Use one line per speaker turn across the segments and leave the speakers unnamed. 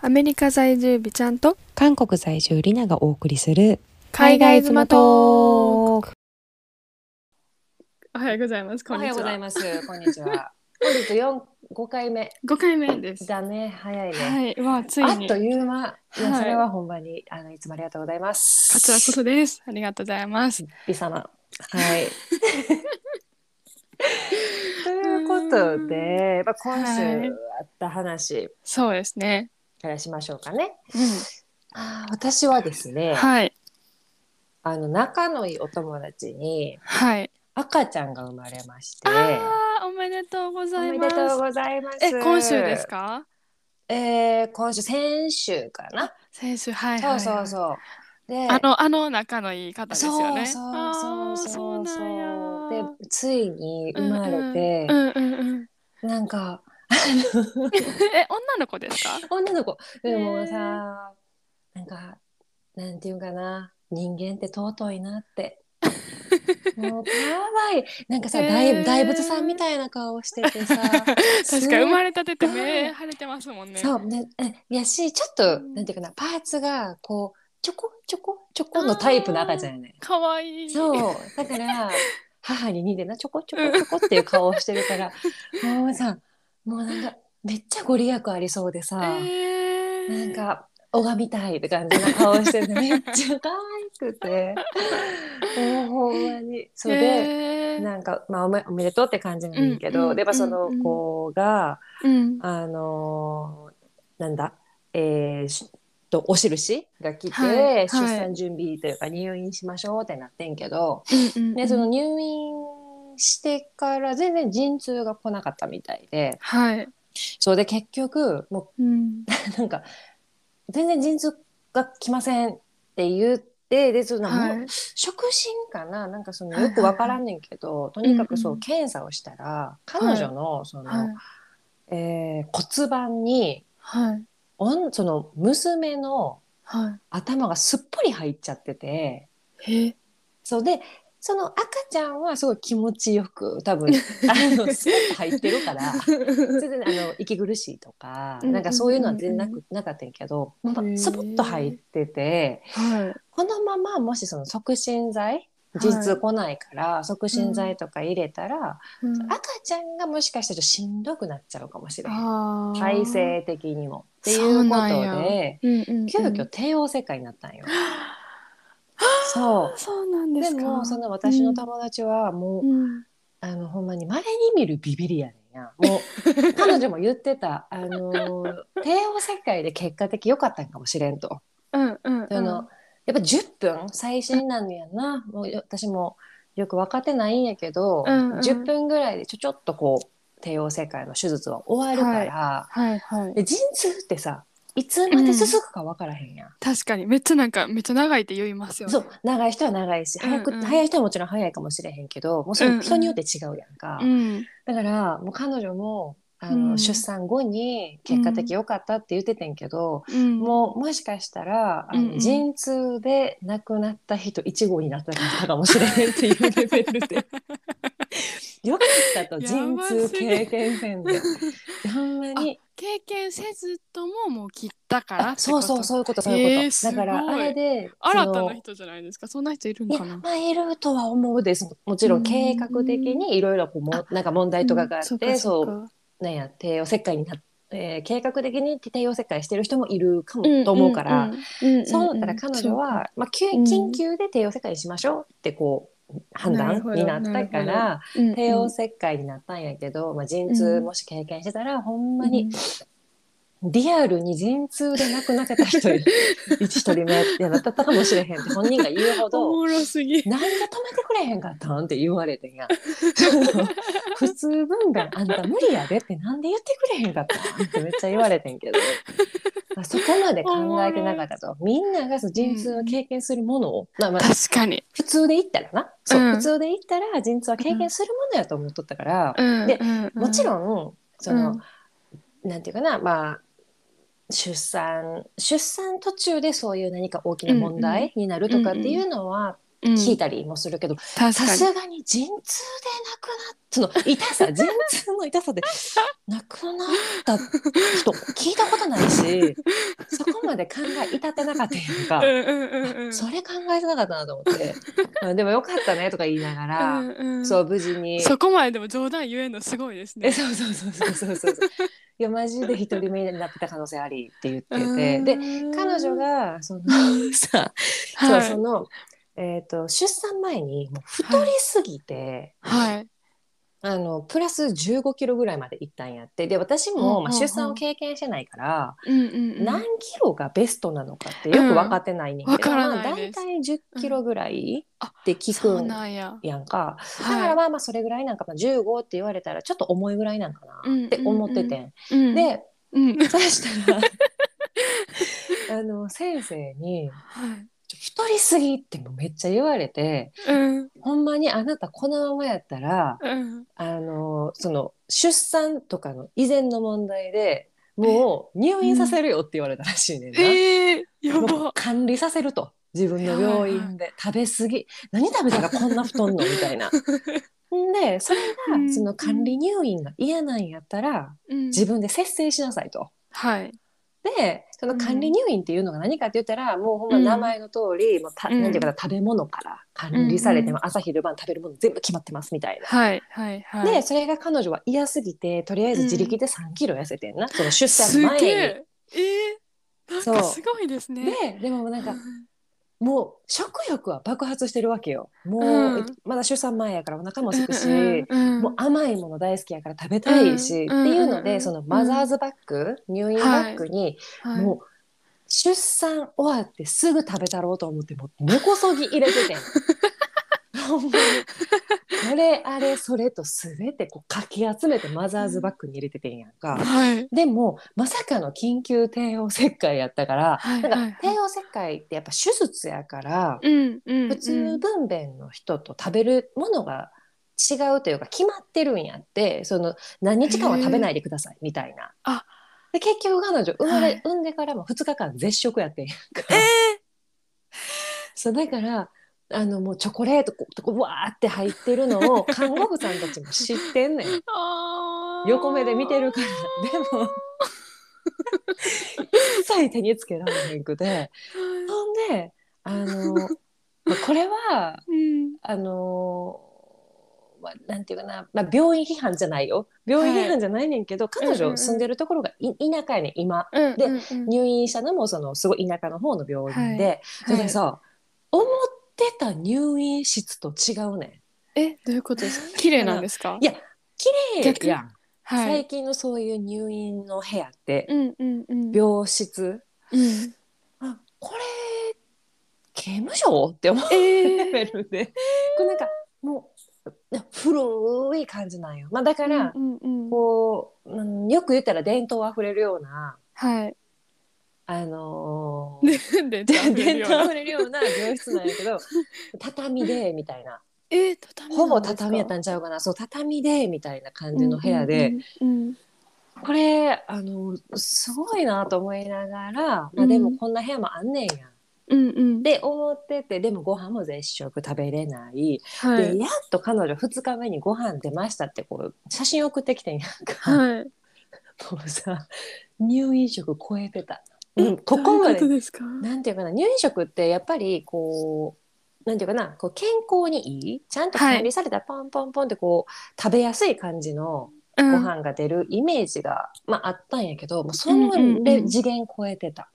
アメリカ在住美ちゃんと
韓国在住リナがお送りする
海外妻ト
ーク
おはようございますこ
お
ん
は
に
よう
ち
ござい
は
ますこんにちは本日四五回目
5回目です
だね早いね、
はいわあつい
あ
に
っという間、いや
はい
それはほんまにあのいつもありがとうございます
こちらこそですありがとうございます
リサナはい ということで、まあ、今
はい
週あった話
そうですね
からしましょうかね、
う
あー私はですね、
んはい
あの仲のいいお友達に
はい
赤ちゃんが生まれまして
あーおめでとうご
お
ざい
め
ま
ですとうございます。
え今週です。か
えー、今週先週かな。
先週はいはい
そ
は
う
い
そうそう。で、
あのあの仲のいい方ですよね
そうそ
あ
うそ
ー
う
そう
そう。
なんや
で、ついに生まれて、
うんうんうんうん、
なんか
え女の子です か
女の子でも
ね
さ、なんかなんていうんかな、人間って尊いな って。もう可愛いなんかさ、
へー
大大仏さんみたいな顔しててさ
確かに生ま
れ
れたてて
すごい
目腫れてますもんね。
そうねえやしちょっと、
うん
なんていうかなパーツがこうちょこちょこちょこのタイプの赤ちゃんやね
かわいい。
そうだ から母に似てなちょこちょこちょこっていう顔をしてるからもうさもうなんかめっちゃご利益ありそうでさ、
えー、
なんか拝みたいって感じの顔して てめっちゃ可愛くてもうほんまにそれで、
えー
なんか、まあ、おめおめでとうって感じなんだけど、
うんうん
でやっぱその
うんうん
子が、
うん、
あのーなんだえーしとお印が来て、
はい
出産準備というか入院しましょうってなってんけど、
うん
でその入院してから全然陣痛が来なかったみたいで
はい、
それで結局も
うん、
う なんか全然陣痛が来ませんって言ってでその、
はい、
触診かななんかそ
は
の
いはい
よくわからんねんけど、とにかくそう、
うんうん
検査をしたら彼
はい
女のその、
はい、
えー骨盤に
はい、
おんその娘の
は
頭がすっぽり入っちゃってて。
い、え、
そうでその赤ちゃんはすごい気持ちよく 多分あのスッと入ってるからそれでね、あの息苦しいとか
うん
なんかそういうのは全然な
うんう
くなかったんやけど、まあ
へー
スポッと入ってて
は
このままもしその促進剤実来ないから、促進剤とか入れたら、
い、うん
赤ちゃんがもしかしたらしんどくなっちゃうかもしれない
あー
体、勢的にも。ってい
そう
うこ
なん
と
や
で
うんうんうん、
急遽帝王切開になった んよ。そう
そうなんで
です
か。
もその私の友達はもう、
うん、
あのほんまにまれに見るビビりやねんやも う彼女も言ってたあのー帝王切開で結果的良かったんかもしれんと、
うん、うん、
あのやっぱ10分最新なんやなもう私もよく分かってないんやけど、
うんうん
10分ぐらいでちょちょっとこう帝王切開の手術は終わるから、
はい、はい、
で陣痛ってさいつまで続くか分からへんやん、
確かにめっちゃなんかめっちゃ長いって言いますよね。
そう長い人は長いし早く、
うんうん
早い人はもちろん早いかもしれへんけどもうそ
うんう
の
ん
人によって違うやんか、
うん、
だからもう彼女もあの、
うん
出産後に結果的良かったって言っててんけど、
うん、
もうもしかしたらあ
うんう
の
ん
陣痛で亡くなった人1号になってたかもしれへんっていうレベル で。よかったと陣痛経験せんでほんまに
経験せずとももう切ったからって
そ
こ
う
と
そうそういうことそう
え
いう
ー
こ
す
と、
ごい
だからあれで
新
そ
た
の
な人じゃないですかそんな人いるん
いや
かな
まあいるとは思うですもちろん計画的にいろいろこうもなんか問題とかがあって、
うん
そう
かか
なんや帝王切開になっえー計画的に帝王切開してる人もいるかも、と思うから、そうだったら彼女は、まあ、急
うん
緊急で帝王切開にしましょうってこう判
なる
断
ほど
になった
な
から帝
帝
王切開になったんやけど、まあ、陣痛もし経験してたら、ほんまにリアルに陣痛で亡くなってた 人一人目ってなったかもしれへんって本人が言うほ
お
ど。
もろすぎ
なんで止めてくれへんかったんって言われてんやん。普通文があんた無理やでってなんで言ってくれへんかったんってめっちゃ言われてんけど、まあ、そこまで考えてなかったと。みんながその陣痛を経験するものを、まあまあ
確かに
普通で言ったらな。そう、
うん
普通で言ったら陣痛は経験するものやと思っとったから、でもち
ん
ろん、その、なんていうかな、まあ、出産出産途中でそういう何か大きな問題になるとかっていうのは聞い
た
たりもするけど、
確
さ
か
すがに陣痛でなくなったその痛 さ陣 痛の痛さでなくなった人聞いたことないしまで考え至ってなかったやんか
うんうんうんうん。
それ考えてなかったなと思ってうんでもよかったねとか言いながら、
うんうん
そう無事に
そこまででも冗談言えんのすごいです
え
ね。
そうそうそうそうそうそうそういやマジで一人目になってた可能性ありって言っててで彼女
が、
がそのさ、
はい、
そうその、えー、と出産前にもう太りすぎて、
はい。
あのプラス1 5キロぐらいまでいったんやってで私
ほうほ
も、
う
まあ、
ほう
出産を経験してないから、
うんうんうん。
何キロがベストなのかってよく分かってないねんけど、
うんわから
まあ、
ない
大
です
体1 0キロぐらい
うん
って聞
そ
く
うんなんや。
やんか、だ
はい
からまあまあそれぐらいなんか、まあ、15って言われたらちょっと重いぐらいなんかなって思っててん。
うん、
で
うん、
そうしたらあの先生に
はい。
「ちょ太りすぎ」ってもうめっちゃ言われて
うん
ほんまにあなたこのままやったら
うん。
あのその出産とかの以前の問題でもう入院させるよって言われたらしいねんな。
ええー、や
もう
ば。
管理させると自分の病院で食べ過ぎ何食べたらこんな太んのみ たいな。んでそれ
う
が
ん
その管理入院が嫌なんやったら
うん
自分で節制しなさいと。
はい。
でその管理入院っていうのが何かって言ったら、もうほんま名前の通り、もうた
うん
なんていうかな食べ物から管理されて、
うん
も朝昼晩食べるもの全部決まってますみたいな。
はい。はい。はい。
でそれが彼女は嫌すぎてとりあえず自力で3キロ痩せてんな、その出
す
産
げ
前に。
え。ええー、なんか
そう
すごいですね。
ででもなんか
うん
もう食欲は爆発してるわけよ。もう、
うん
まだ出産前やからお腹も空くし、
うん
もう甘いもの大好きやから食べたいし、
うん
っていうの
う
で
ん
そのマザーズバッグ、入院バッグに、
はい
もう出産終わってすぐ食べたろうと思ってもう根こそぎ入 れててんほんまにこれあれそれと全てこうかき集めてマザーズバッグに入れててんやんか。
はい。
でもまさかの緊急帝王切開やったから、
はい
なんか
はいはい
帝王切開ってやっぱ手術やから、
うんうん。
普通分娩の人と食べるものが違うというか決まってるんやってその何日間は食べないでくださいみたいな。
あ
で結局彼女生まれ、
はい
産んでからも2日間絶食やってんやんか。 そうだからあのもうチョコレートこうこうわーって入ってるのを看護婦さんたちも知ってんねん
あー
横目で見て るからでも一切手につけられへん くてほんであのまあこれは
うん。
あのーまあ、なんていうかな、まあ、病院批判じゃないよ病院批判じゃないねんけど、彼
うんうんう
女
ん
住んでるところがい田舎やねん今
うん
で
うんうん
入院したのもそのすごい田舎の方の病院で、それでさ、思ってた入院室と違うね
えどういうことですか綺麗なんですか
いやん綺麗やん、
はい
最近のそういう入院の部屋って、
うんうんうん
病室
うん
あこれ刑務所って思うレ
え
ベ
え
ルで、これなんかもう古い感じなんよ、まあ、だから、
うんうんうん
こう、うん、よく言ったら伝統あふれるような、
はい
あのー
でで
で
食べる
伝
よう
統あ
な
ふれるような病室なんやけど 畳でみたいな
え畳
ほ
な
ぼ
んですか
畳やったんちゃうかなそう畳でみたいな感じの部屋で、
うんうんうん
これあのすごいなと思いながら、ま
う
あ、
ん
でもこんな部屋もあんねんや。
うんうん
で思っててでもご飯も絶食食べれない、
は
で
い
やっと彼女2日目にご飯出ましたってこう写真送ってきてんやんか。
はい
もうさ入院食超えてた、
え
うん、ここまで
どういうとですか
なんていうかな入院食ってやっぱりこうなんていうかなこう健康にいいちゃんと管理されたポンポンポンってこう、食べやすい感じの
ご
ご飯が出るイメージが、まあ、あったんやけどもうそ
うんうんう
の
ん
レ次元超えてた。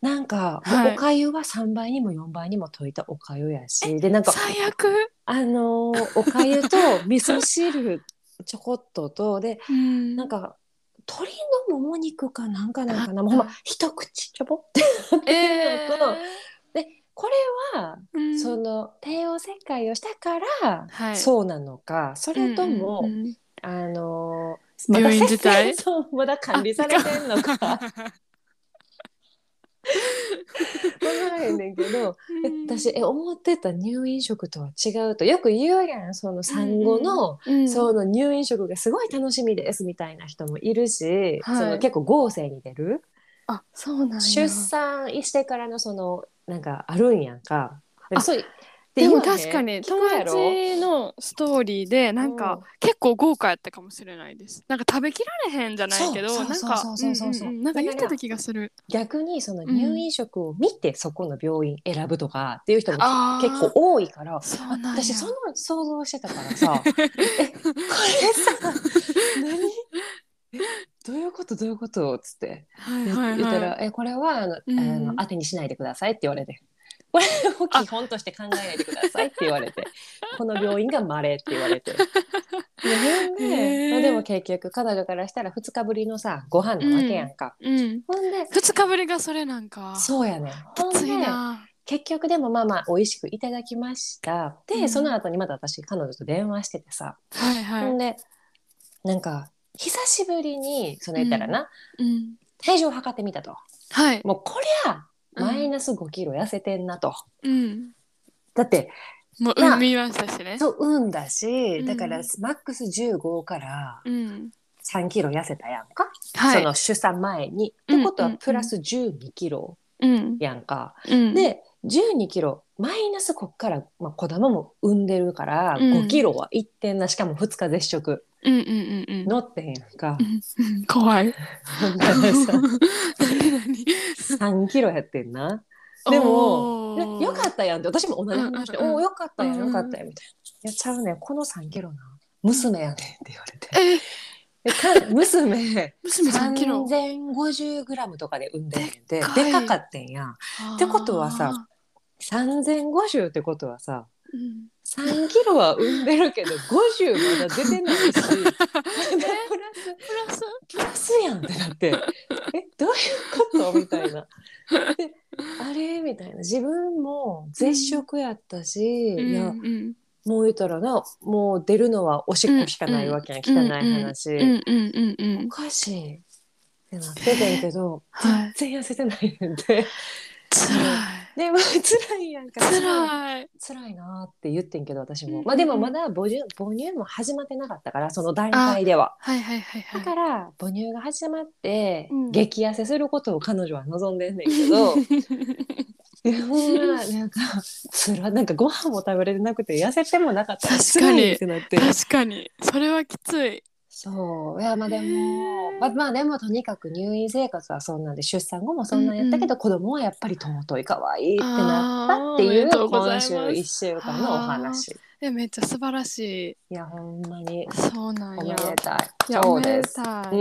なんか、もう
はい
おかゆは3倍にも4倍にも溶いたおかゆやしでなんか
最悪
あのーおかゆと味噌汁ちょこっととで
うん
なんか鶏のもも肉かなんかなんかなもうほんま一口ちょぼって
え
でこれは、
え
その帝王切開をしたから、
はい
そうなのかそれとも、
うんうんうん
あのー
病院自
まだ
体
節制そうまだ管理されてんのか わからへんねんけどえ私え思ってた入院食とは違うとよく言うやんその産後の。
うん
その入院食がすごい楽しみですみたいな人もいるし、
はい
その結構豪勢に出る、
あそうなんや
出産してからのそのなんかあるんやんか。でもそういう
でも確かに
聞く
友
やろ
達のストーリーでなん
う
か結構豪華やったかもしれないです。なんか食べきられへんじゃないけど
そ
な
う
んか
そう
う
そうそうそうそう
う
ん
んうんなんか言ってた気がする。
逆にその
うん
入院食を見てそこの病院選ぶとかっていう人も
あー
結構多いから
そうな
あ
んや
私そんなの想像してたから さえこれさ何 えどういうことどういうことつって
はい
言っ
はい
言ったら
は
「えこれはあの、
うん
あの当てにしないでください」って言われて「これを基本として考えないでください」って言わ れて「この病院がまれ」って言われて。でほん
へー
でまあでも結局彼女からしたら2日ぶりのさご飯なわけやんか。
い。うん。
ほんで
二日ぶりがそれなんか。
そうやねん。ほん
きつい
で
な。
結局でもまあまあ美味しくいただきましたで、
うん
その後にまた私彼女と電話しててさ、
はいは
ほん
い。
でなんか久しぶりにその言ったらな、
うん。
体重を測ってみたと
はい。
もうこりゃ
うん
マイナス5キロ痩せてんなと、
うん。
だって
もう
まあ
海見ましたしね。
そう運だし、
うん
だからマックス15から
うん。
3キロ痩せたやんか、
は
そ
い。
の出産前に、
うん
ってこと
うんう
は
ん
プラス12キロ
うん。
やんか、
うん。
で12キロマイナスこっから、まあ、子供も産んでるから、
うん
5キロは一点なしかも2日絶食
うんうんうんうん。
乗ってへんやんか
う、んうん怖い。何何
3キロやってんなでも、
おー
ね、よかったやんって私も同じ話して「
うんうんうん
おおよかったやんよかったやん」みたいな「いやちゃうねんこの3キロな娘やねん」って言われて
え
でか 娘
娘さんキロ。
3050グラムとかで産んでんねんて
でっかい
でかかってんやんってことはさ3050ってことはさ
うん、
3キロは産んでるけど50まだ出て ないしプラス
プラス、
プラスやんってなって「えどういうこと?」みたいな。であれみたいな自分も絶食やったし、
うん
いや
うん、
もう言うたらなもう出るのはおしっこしかないわけやん、汚い話、
うんうんうんうん
お。かしいってなっててんけど、
はい。
全然痩せてないねんて
辛い。
でも辛いやんか
辛い。
辛いなーって言ってんけど私
うんうん
も、
うん
まあでもまだ母乳母乳も始まってなかったからその段階では
はいはいはい
だ
は
か
い。
ら母乳が始まって、
うん
激痩せすることを彼女は望んでんねん けどいやほんまなんかつらなんかご飯も食べれてなくて痩せてもなかった
確かに
辛いってなって
確かに、それはきつい。
そういやまあで
へ
も
ー
まあまあでもとにかく入院生活はそんなんで出産後もそんなんやったけど、子供はやっぱり尊い可愛いってなったっていう
あーおめでとうございま
今
す
週1週間のお話
え、めっちゃ素晴らし
いやほんまに
い。そうなん
おめ
や
で。たい
いや、
そ
お
う
めで
です
たい。
う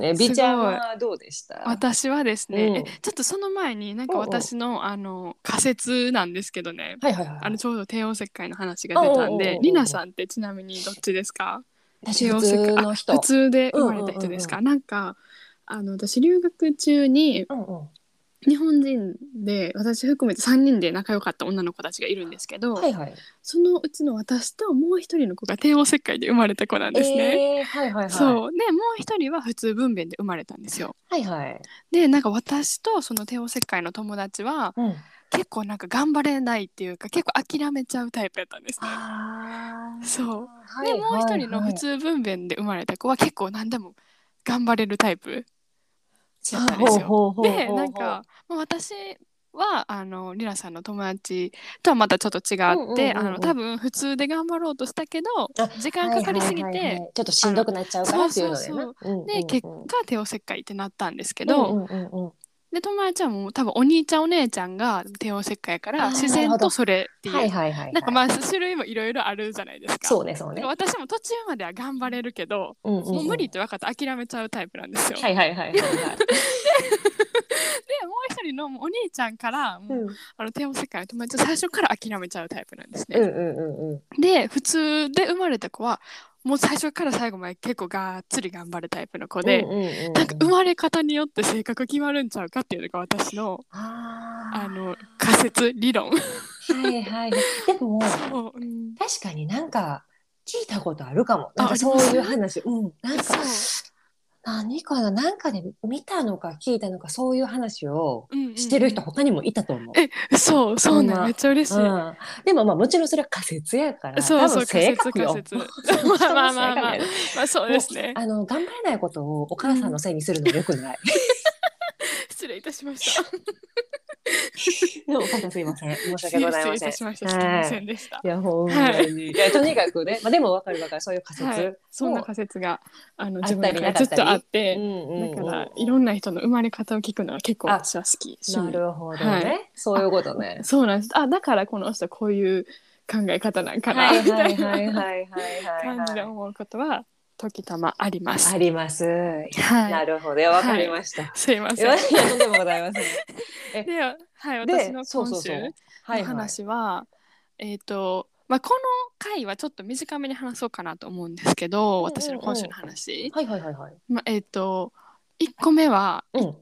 ん
ご
え
い
びちゃんはどうでした
私はですね、
うん
えちょっとその前になんか
おうおう
私のあの仮説なんですけどね
はいはいはい
あのちょうど帝王切開の話が出たん
おうおうおうお
で
う
りなさんってちなみにどっちですか
私普通の人
あ普通で生まれた人ですか、なんかあの私留学中に
うんうん
日本人で私含めて3人で仲良かった女の子たちがいるんですけど、
はいはい。
そのうちの私ともう一人の子が帝王切開で生まれた子なんですね。
えーはいはいはい。
そうでもう一人は普通分娩で生まれたんですよ。
はいはい。
でなんか私とその帝王切開の友達は
うん。
結構なんか頑張れないっていうか結構諦めちゃうタイプやったんですね。
あー
そう。
はい
でもう一人の
はいはい
普通分娩で生まれた子は結構何でも頑張れるタイプだったんですよ。
ほうほうほうほう
でなんか、まあ、私はあのリナさんの友達とはまたちょっと違
うんうん
っ
うんう
て
ん
あの多分普通で頑張ろうとしたけど
あ
時間かかりすぎ
はいはいはいは
て
いちょっとしんどくなっちゃうからっていうので
あ
な
の。
うんうんうん
で結果帝王切開ってなったんですけ
う
ど
んうんうんうん
で友達はもう多分お兄ちゃんお姉ちゃんが帝王切開やか
あー
ら自
なるほ
然
ど
とそれって
はいいうはいはいはい。
なんかまあ種類もいろいろあるじゃないですか。
そうねそうね。
私も途中までは頑張れるけど、
も
もう無理って分かって諦めちゃうタイプなんですよ。
はいはいはいはいはい。
でもう一人のお兄ちゃんからもう、
うん
あの帝王切開の友達は最初から諦めちゃうタイプなんです
うん
ね。
うんうんうん。
で普通で生まれた子はもう最初から最後まで結構がっつり頑張るタイプの子で、
うんうんうんうん
なんか生まれ方によって性格決まるんちゃうかっていうのが私のあ
あ
の仮説理論。
ーはいはい。でも
そううん
確かになんか聞いたことあるかも。なん
あ
か
あり
そう
ます
いう話。うん。なんか
そう
何かななんかで見たのか聞いたのかそういう話を
うんうん
してる人他にもいたと思う。
えそうそう
そん
な
な
のめっちゃ嬉しい。
うん、でもまあもちろんそれは仮説やから
そうそう
多分性格よ
仮説仮説
人の
まあまあまあまあ
性格や
まあそうですね。
あの頑張れないことをお母さんのせいにするのよくない、
失礼いたしました。
でも本当すいません。申し
失
訳ござい
礼
ま
い
せん。
た
い
しました。すみませんでした。
や、ほんまに。、
はい
や、とにかくね、まあ、でもわかるわかる、そういう仮説。
はい、そんな仮説があの
あっ
自
たり
分の中で
なか
ず
っ
った
り
とあっ
う
て、
んうんうん
だからいろんな人の生まれ方を聞くのは結構
あ
私は好き。趣
な
味
るほどね、
は
そういうことね。
そうなんです。あだからこの人こういう考え方なんかな
はい
み
は
た
い
いな
はいはいはい、
感じで
は
思うことは時たまありま
い。
す
あ。ります。
は。
ないるほど、わかりました。
すいま
い
せん
や、。いやとんでもございません。え
で、はい、私
で
の、
そうそ
今
う
週。
そうはい
の
はい。
話は、えっ、と、まあ、この回はちょっと短めに話そうかなと思うんですけど、
うんうんうん
私の今週の話。
はいはいはいはい。
まあ、えっ、と、1個目は、
うん。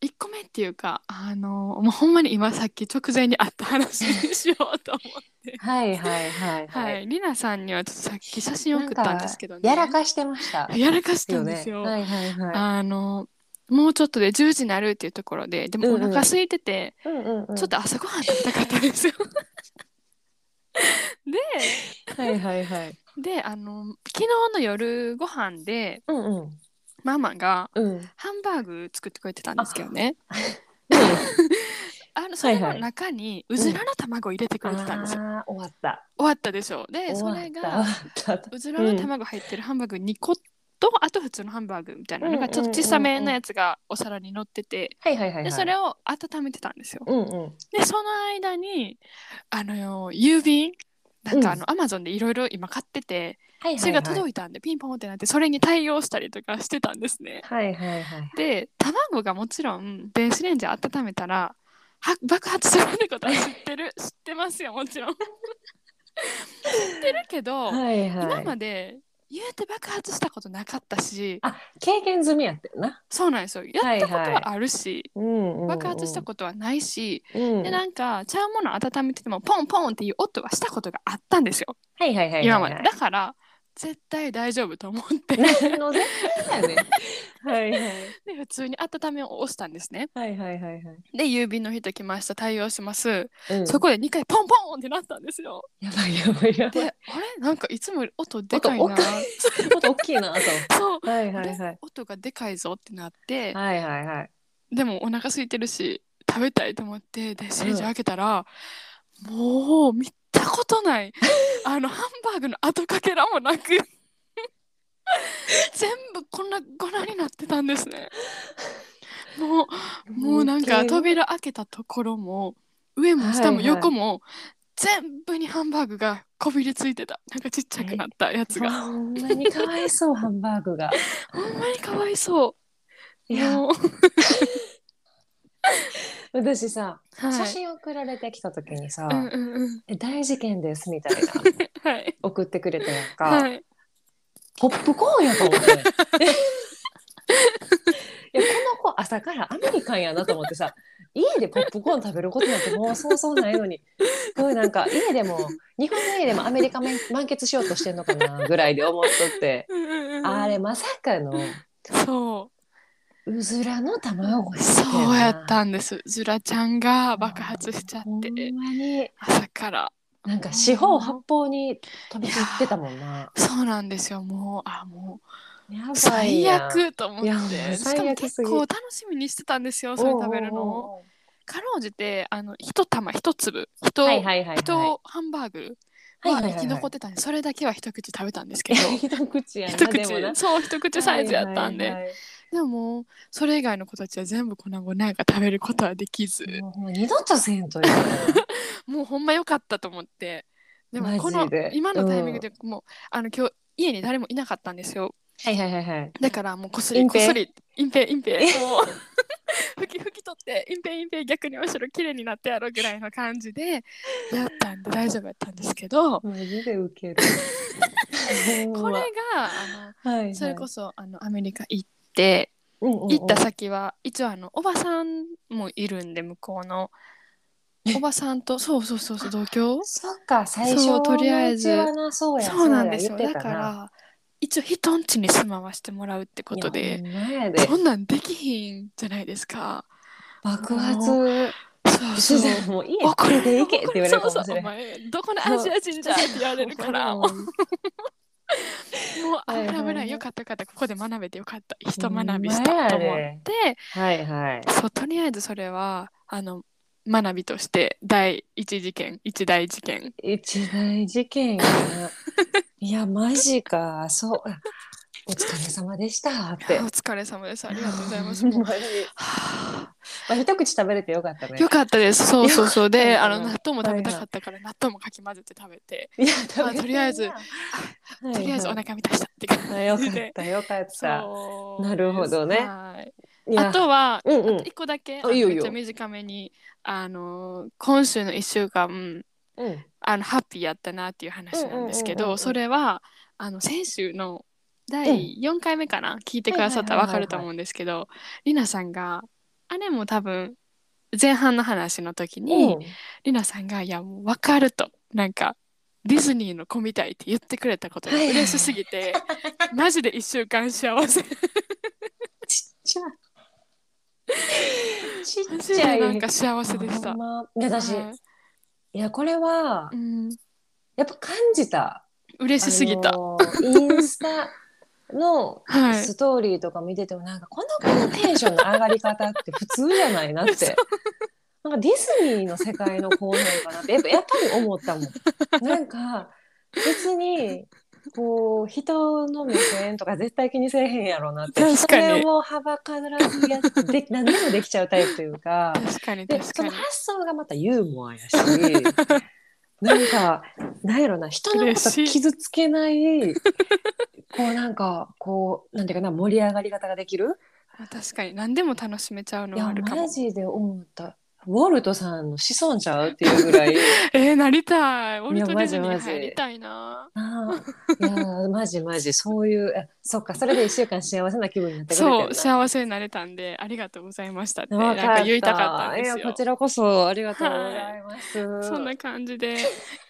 1個目っていうか、あの、もうほんまに今さっき直前にあった話にしようと思って。
はいはいはいは。
はいい、りなさんにはちょっとさっき写真を
な
送っ
んか
たんですけどね。
やらかしてました。
やらか したんですよ。
はいはいは
あの、もうちょっとで10時になるっていうところで、でもお
うんうん
腹空いてて、
い。うんうんうん。
ちょっと朝ごはん食べたかったんです よ。で
はいはいはい。
であの昨日の夜ご飯で
うんうん
ママが
うん。
ハンバーグ作ってくれてたんですけどね あのそ
はいは
れ
い
の中にうずらの卵入れてくれてたんですよ、
ああ終わった。
終わったでしょで
終
そ
わ
れ
った
が
終わった。
うずらの卵入ってるハンバーグ2個とあと普通のハンバーグみたいなの
うんうん
がちょっと小さめのやつがお皿に乗ってて
はいはいはいはい。
でそれを温めてたんですよ
うんうん。
でその間にあの郵便なんかあ
う
のアマゾンでいろいろ今買ってて、
はいはいはい。
それが届いたんでピンポンってなってそれに対応したりとかしてたんですね。
はいはいはい。
で卵がもちろん電子レンジ温めたらは爆発するってことは知って る知ってますよもちろん。知ってるけど、
はいは
今
い。
まで言うて爆発したことなかったし
あ経験済みやったよな。
そうなんですよやったことはあるし、
うんうん。
爆発したことはないし、
と。うん。
でなんかちゃうもの温めててもポンポンっていう音はしたことがあったんですよ
はいはいはい。
今まで。だから絶対大丈夫と思って
何の前提やねん。はいはい。
で普通に温めを押したんですね
はいはいはい
で郵便の人来ました対応します、
はい。
そこで2回ポンポンってなったんですよ
やばいやばいや
で
ば
あ
い
れ。なんかいつもより音でかい
音
な
大 もっと大きいなと。
そう
はいはいはい。
音がでかいぞってなって、
はいはいはい。
でもお腹空いてるし食べたいと思って電子レンジ
うん
開けたら、もう見たことないあのハンバーグの跡かけらもな く全部こんな粉になってたんですねもうもうなんか扉開けたところも上も下も
はいはい
横も全部にハンバーグがこびりついてたなんかちっちゃくなったやつが
ほんまにかわいそうハンバー グが。
ほんまにかわいそう
い
い
や私さ、
はい、
写真送られてきた時にさ
うんうんうん
「え大事件です」みたい な
はい
送ってくれたやんか、
はい
ポップコーンやと思って いやこの子朝からアメリカンやなと思ってさ家でポップコーン食べることなんてもうそうそうないのにすごいなんか家でも日本の家でもアメリカ満満喫しようとしてんのかなぐらいで思っとって
うんうんうん
あれまさかの
そう
うずらの卵やてんな
そうやったんです。ズラちゃんが爆発しちゃっ
ほん
て、
まに
朝から。
なんか四方八方に飛び散ってたもんな。
そうなんですよ。もう、あ、も
やば
う、
い
最
やん
悪と思
いや
っ
もう
て。し
最悪
かも結
すぎ
構楽しみにしてたんですよ、それ食べる
おうおう
の。
おう
かろうじて、あの、一玉、一粒、一、
はいはいはいはい。
一ハンバーグ
は
はい
はいはい
生き残ってたんで、それだけは一口食べたんです けど。
一口やな。
一
でもな
口、そう、一口サイズやったん
はい
で。
はい
でももう、それ以外の子たちは全部粉々なんか食べることはできず。
はいもうもう二度とせんという。
もうほんま良かったと思ってで
マジ
も
で
この今のタイミングでもう、あの今日家に誰もいなかったんですよ
はいはいはいはい。
だからもうこっそり
隠
こ
蔽
っそり隠蔽隠蔽もう拭き拭き取って隠蔽隠蔽逆におしろ綺麗になってやろうぐらいの感じでやったんで大丈夫やったんですけど
マジでウケる。
こ
こ
れがあ
れ
のそれこ
そ
そあのアメリカ行って行った先は一応あのおばさんもいるんで向こうのおばさんとそうそうそうそう同居
そっか最初
そうとりあえず
のうちはなそうや
そうなんですよ。
そう
だ
や言って
か
たな
ら、一応人んちに住まわしてもらうってこと
い
で、
やほんまやで
そんなんできひんじゃないですか。
爆発
そうそう
自。然もう家連れて行けって言われるかもし
そうそ
れ
うお
ない。
前どこのアジア人じゃんって言われるからもう危
はいはい
ない危ないよかったよかったここで学べてよかった人学びしたと思って、
はいはい。
そうとりあえずそれはあの学びとして第一事件一大事件
一大事件やないやマジかそうお疲れ様でしたっ
お
て
疲れ様ですありがとうございます
ほん
もう
まに
は
まあ、一口食べれてよかったね
あよかったですそうそうそう
よ
で
か
あ
った
の納豆も食べたかったから納豆もかき混ぜて食べて
いや食べてん
ま
な
あとりあえず
はい
とりあえずお腹満たしたって感
はいあよか
じ
っ
で
たよかった
そう
なるほどね
はい
いや
あとは
うんうん
一個だけ、
あいいよ
めっ
いい
ちゃ
よ
短めにあの今週の1週間
うん
あのハッピーやったなっていう話なんですけ
うんうんうんうんう
ど
ん
それはあの先週の第4回目かな、聞いてくださったら分かると思うんですけどりなさんがあれも多分前半の話の時に
うん
りなさんが「いやもう分かる」となんか。ディズニーの子みたいって言ってくれたことが嬉しすぎて、マジで1週間幸せ
ちっちゃいち
マ
っ
ジ
ちゃ
で
い
なんか幸せでした
ほん。まいや私、
はい
いやこれは
うん、
やっぱ感じた
嬉しすぎ
あ
た。
のーインスタの
はい。
ストーリーとか見ててもなんかこの子のテンションの上がり方って普通じゃないなっ
そう
てなんかディズニーの世界の子なんかなってやっぱやっぱり思ったもん。なんか別にこう人の目線とか絶対気にせえへんやろなって
確かに
それをはばからずやってで何でもできちゃうタイプというか。
確かに
で
確
そ
か
の
に。
発想がまたユーモア やしなんかなんやろな人のこ
嬉
と
しい
傷つけないこうなんかこうなんていうかな盛り上がり方ができる
確かに何でも楽しめちゃうの
い
は
や
あるかも
マ。ジで思ったウォルトさんの子孫ちゃうっていうぐら い
えー、なりたい。ウォルト・ディ
マジ
ズニー
マジ
入りたいな。
ああいやマジマジそういうえそっかそれで1週間幸せな気分になってくれて
そ
ん
う、
な
幸せになれたんで、ありがとうございましたって、な
わ
んか言いたかったんです
いやこ
よ。
ちらこそありがとうございます、
そんな感じで、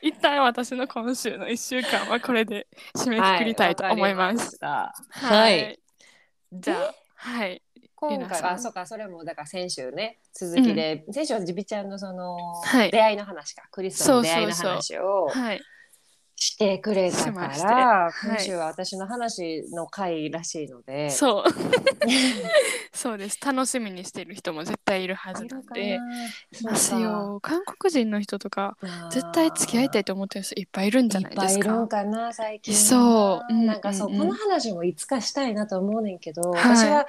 一旦私の今週の一週間はこれで締めくくりたいと思います。
は
は。
はいいわかりま
じゃあ、はい。
今
皆
回
さん
はそうかそれもだから先週ね続きで、先週はジビちゃんのその、
はい
出会いの話かクリスとの出会いの話を
はい。
してくれた
し
か
ま
ら
してはい
今週は私の話の回らしいので、
そう。 そうです。楽しみにしてる人も絶対いるはずなん で。いますよ。韓国人の人とか、絶対付き合いた
い
いと思ってる人いっぱいいるんじゃないです
いっぱいいる
か
ん。かな最近
いそううん
なんかそう、
うん
この話もいつかしたいなと思うねんけど、
はい
私は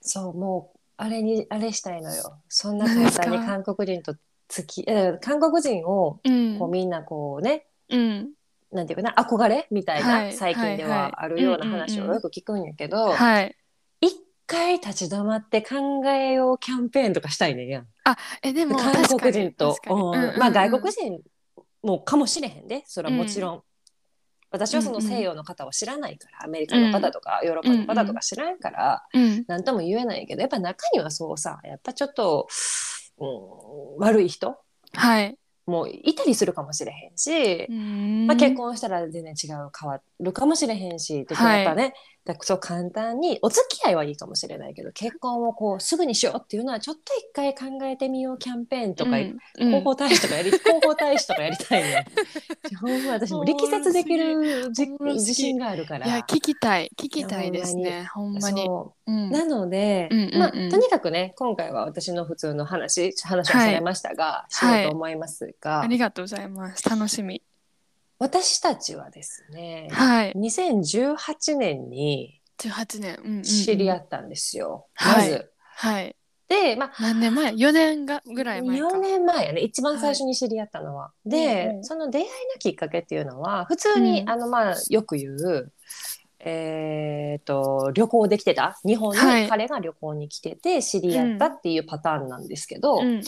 そうもうあれにあれしたいのよそんな簡単に韓国人と付きえ韓国人を
うん
こうみんなこうね
うん。
なんていうかな憧れみたいな、
はい
最近
はい
で
はい
はあるような
うんうんうん
話をよく聞くんやけど、
はい。
一回立ち止まって考えようキャンペーンとかしたいねんやん
え、でも、
韓国人と、
確かに
うんまあ外国。人もかもしれへんでそれはもちろん、私はその西洋の方を知らないから、アメリカの方とかヨーロッパの方とか知らんから、
確かにうんうんうん
なんとも言えないけどやっぱ中にはそうさやっぱちょっと、うん、悪い人
はい。
もいたりするかもしれへんし、ま
ま
あ、結。婚したら全然違う変わるかもしれへんし、で
はい
やっぱねだからそう簡単にお付き合いはいいかもしれないけど結婚をこうすぐにしようっていうのはちょっと一回考えてみようキャンペーンとか、
うんうん
広報大使とか やり広報大使とかやりたいねほんま 私もう力説できるじ
おもろすぎ
自信があるから
いや、聞きたい。聞きたいですね。ほんまに。
そう
うん
なので、
うんうんうん
まあ、とにかくね今回は私の普通の話話をされましたが、しようと思いますが、
ありがとうございます。楽しみ。
私たちはですね、
はい。
2018年に
十八年。うんうんうん
知り合。ったんですよ、
はい
まず。
はい。
で、まあ、
何年前？四年がぐらい前か
4。年前やね一番最初に知り合ったのは。で、
うんうん
その出会いのきっかけっていうのは普通に、
うん
あのまあよく言う。えー、と旅行できてた日本
は
に
い
彼が旅行に来てて知り合ったっていうパターンなんですけど、
うんうんうん。え、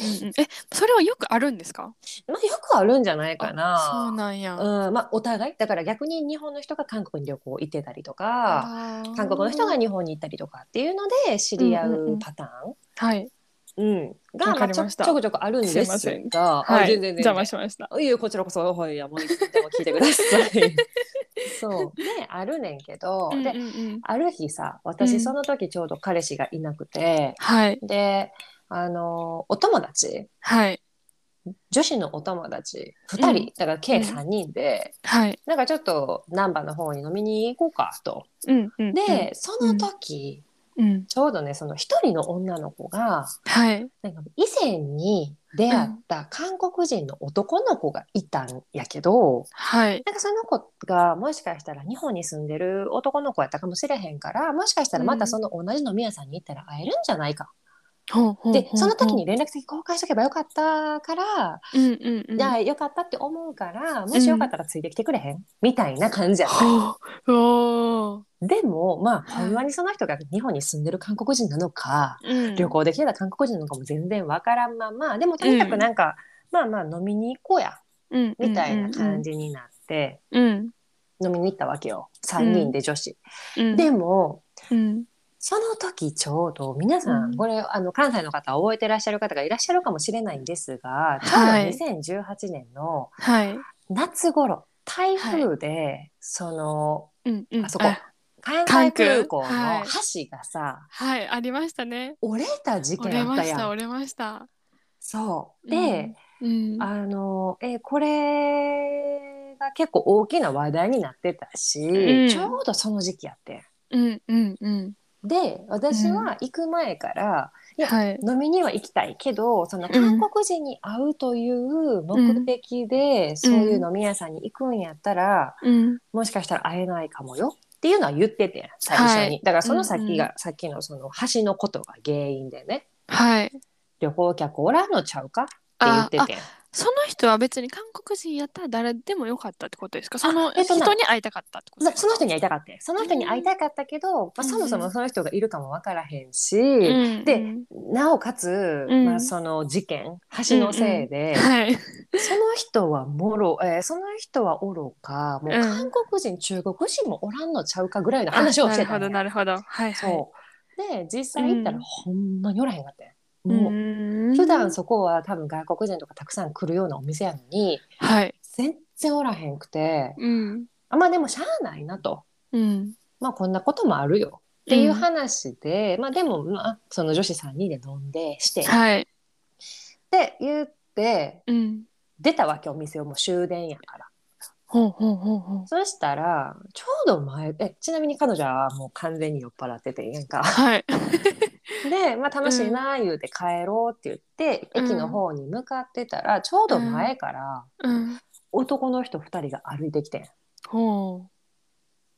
それはよくあるんですか？
まあ、よくあるんじゃないか
あそう
な
なんや。
うんまあ、お互いだから逆に日本の人が韓国に旅行行ってたりとか
あー
韓国の人が日本に行ったりとかっていうので知り合うパターン、
はい。
うん、が、
わ
ま
か
あ、
り
ちょ
ました
ちょくちょくあるんです
いません
が、あ
はい、
全然全
邪魔
然。
しました。
いいよこちらこそ、はい、いやもういつでも聞いてください。 そう、ね、あるねんけど、
うんうん
で、
うん
ある日さ、
う
私
ん
その時ちょうど彼氏がいなくて、
はい
で、あの、お友達、
はい
女子のお友達二人、
うん
だから計三人で、
はい。
なんかちょっと難波の方に飲みに行こうかと。
うんうんうん
で、その時、
ううん。
ちょうどねその一人の女の子が
はい。
なんか以前に出会った韓国人の男の子がいたんやけど、
はい。
なんかその子がもしかしたら日本に住んでる男の子やったかもしれへんからもしかしたらまたその同じ飲み屋さんに行ったら会えるんじゃないか、
ほうほうほうほう
でその時に、連絡先交換しとけばよかったから、
うんうんうん。
じゃあよかったって思うからもしよかったらついてきてくれへん、みたいな感じやった、
ほう。おー
でもまあ
はい
ほんまにその人が日本に住んでる韓国人なのか、
うん
旅行できたら韓国人なのかも全然わからんままでもとにかくなんか、まあまあ飲みに行こうや
うん
みたいな感
じ。
じになって。
うん。
飲みに行ったわけよ3人で女子、
うん、
でも
うん、
その時ちょうど皆さん、
うん
これあの関西の方覚えてらっしゃる方がいらっしゃるかもしれないんですが、
はい
ちょうど2018年の
はい。
夏頃台風で、その
うんうん、
あそこ関
関
西
空
空港の
はい
橋がさ、
はい、ありましたね。
折れた事
折
件
れ
あっ
ま
た
し
や
た、
ん。
折れました。
そうで、
うん、うん、
あのえこれが結構大きな話題になってたし、
うん
ちょうどその時期やってん。
うん、うん、うん、
で私は行く前から、いや
はい。
飲みには行きたいけどその韓国人に会うという目的で、そういう飲み屋さんに行くんやったら、
うん、
もしかしたら会えないかもよっていうのは言っててん最初に、
はい
だからその先が、
う
さっきのその橋のことが原因でね
はい。
旅行客おらんのちゃうかって言
あ
って
あ
てん
その人は別に韓国人やったら誰でもよかったってことですかその
あえっと
人
な
に会いたかったってこと
な
です
そ
か
の人に会いたかったんその人に会いたかったけど、まあ、そもそもその人がいるかもわからへんし、
うん
で
うん
なおかつ、
うん
まあ、その事件橋のせいで。
はい。
その人はもろ、えーその人はおろか、もう
うん
韓国人、中国人もおらんのちゃうかぐらいの話をしてたんや
なるほど、なるほど。はい、はい。
そう。で、実際行ったら
うん
ほんまにおらへんかったよもう、
う
普段そこは多分外国人とかたくさん来るようなお店やのに、
う。はい。
全然おらへんくて、
うん。
あまあでもしゃあないなと。
うん。
まあこんなこともあるよ。っていう話で、まあでも、まあ、その女子3人で飲んでして、っ
はい。
て言って、
うん。
出たわけお店をもう終電やから。
ほうほうほうほう。
そしたらちょうど前えちなみに彼女はもう完全に酔っ払っててなん か
はい。
で、まあ、楽しいなー言うて帰ろうって言って、
うん
駅の方に向かってたらちょうど前から
うん。
男の人2人が歩いてきてん
ほ